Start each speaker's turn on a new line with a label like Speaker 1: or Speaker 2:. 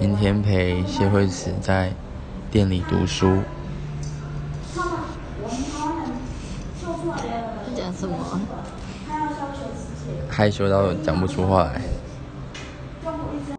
Speaker 1: 今天陪谢惠子在店里读书。
Speaker 2: 在讲什么？
Speaker 1: 害羞到讲不出话来。